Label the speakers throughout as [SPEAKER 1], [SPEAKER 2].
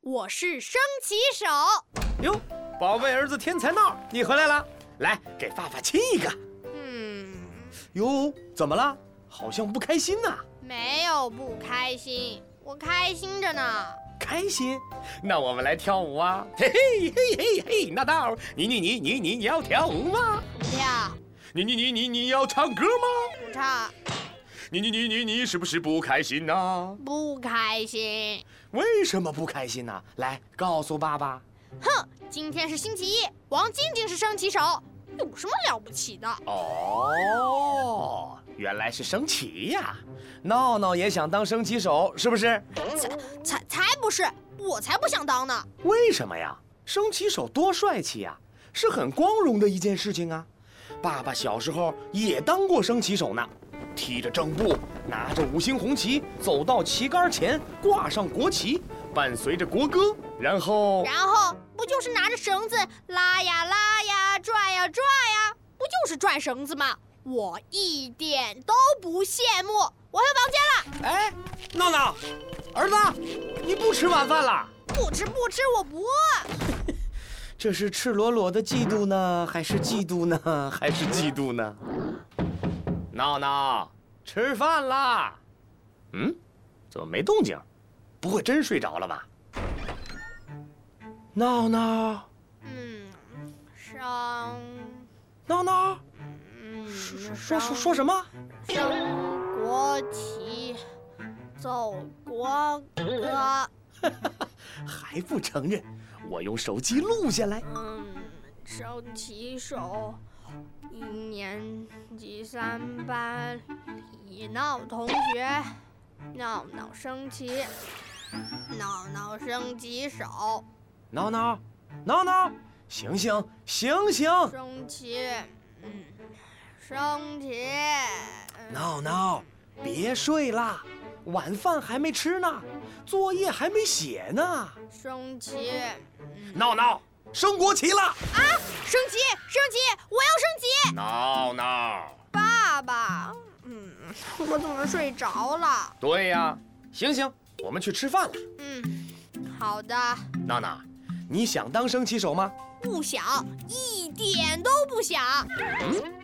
[SPEAKER 1] 我是升旗手。
[SPEAKER 2] 哟，宝贝儿子天才闹，你回来了，来给爸爸亲一个。
[SPEAKER 1] 嗯，
[SPEAKER 2] 哟，怎么了？好像不开心呐、
[SPEAKER 1] 没有不开心，我开心着呢。
[SPEAKER 2] 开心？那我们来跳舞啊！嘿嘿嘿嘿嘿，纳豆，你你你你你你要跳舞吗？
[SPEAKER 1] 不跳，
[SPEAKER 2] 你你你你你要唱歌吗？
[SPEAKER 1] 不唱，
[SPEAKER 2] 你你你你你是不是不开心呢、
[SPEAKER 1] 不开心。
[SPEAKER 2] 为什么不开心呢、来，告诉爸爸。
[SPEAKER 1] 哼，今天是星期一，王晶晶是升旗手，有什么了不起的？
[SPEAKER 2] 哦，原来是升旗呀！闹闹也想当升旗手，是不是？
[SPEAKER 1] 才才不是，我才不想当呢。
[SPEAKER 2] 为什么呀？升旗手多帅气呀、是很光荣的一件事情啊！爸爸小时候也当过升旗手呢，踢着正步，拿着五星红旗，走到旗杆前，挂上国旗，伴随着国歌，然后
[SPEAKER 1] 然后不就是拿着绳子拉呀拉呀，拽呀拽呀，不就是拽绳子吗？我一点都不羡慕，我回房间了。
[SPEAKER 2] 哎，闹闹，儿子，你不吃晚饭了？
[SPEAKER 1] 不吃不吃，我不饿。
[SPEAKER 2] 这是赤裸裸的嫉妒呢，还是嫉妒呢， 还是嫉妒呢？闹闹，吃饭啦！嗯，怎么没动静？不会真睡着了吧？闹闹，
[SPEAKER 1] 嗯，伤，
[SPEAKER 2] 闹闹，
[SPEAKER 1] 嗯，
[SPEAKER 2] 说说说什么？
[SPEAKER 1] 么？国旗，奏国歌，
[SPEAKER 2] 还不承认？我用手机录下来。
[SPEAKER 1] 嗯，升旗手，一年级三班李闹同学，闹闹升旗，闹闹升旗手，
[SPEAKER 2] 闹闹，闹闹，醒醒，醒醒！
[SPEAKER 1] 升旗，嗯，升旗，嗯
[SPEAKER 2] 闹闹，别睡啦，晚饭还没吃呢，作业还没写呢。
[SPEAKER 1] 升旗。嗯
[SPEAKER 2] 闹闹，升国旗了！
[SPEAKER 1] 升旗，升旗，我要升旗！
[SPEAKER 2] 闹闹，
[SPEAKER 1] 爸爸，嗯，我怎么睡着了？
[SPEAKER 2] 对呀、醒醒，我们去吃饭了。
[SPEAKER 1] 嗯，好的，
[SPEAKER 2] 闹闹，你想当升旗手吗？
[SPEAKER 1] 不想，一点都不想。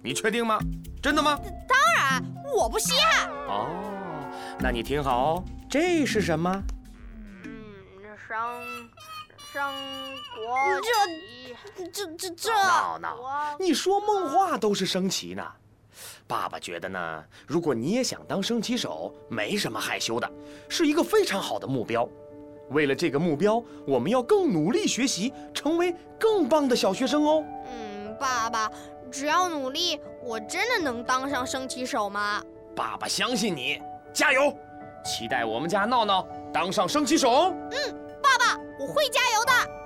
[SPEAKER 2] 你确定吗？真的吗？
[SPEAKER 1] 当然，啊我不稀罕。
[SPEAKER 2] 哦，那你听好哦，嗯这是什么？
[SPEAKER 1] 嗯，升升国旗，
[SPEAKER 3] 这这这
[SPEAKER 2] 闹闹，
[SPEAKER 1] 国
[SPEAKER 2] 你说梦话都是升旗呢。爸爸觉得呢，如果你也想当升旗手，没什么害羞的，是一个非常好的目标。为了这个目标，我们要更努力学习，成为更棒的小学生哦。
[SPEAKER 1] 嗯，爸爸，只要努力，我真的能当上升旗手吗？
[SPEAKER 2] 爸爸相信你，加油！期待我们家闹闹当上升旗手哦。
[SPEAKER 1] 爸爸，我会加油的。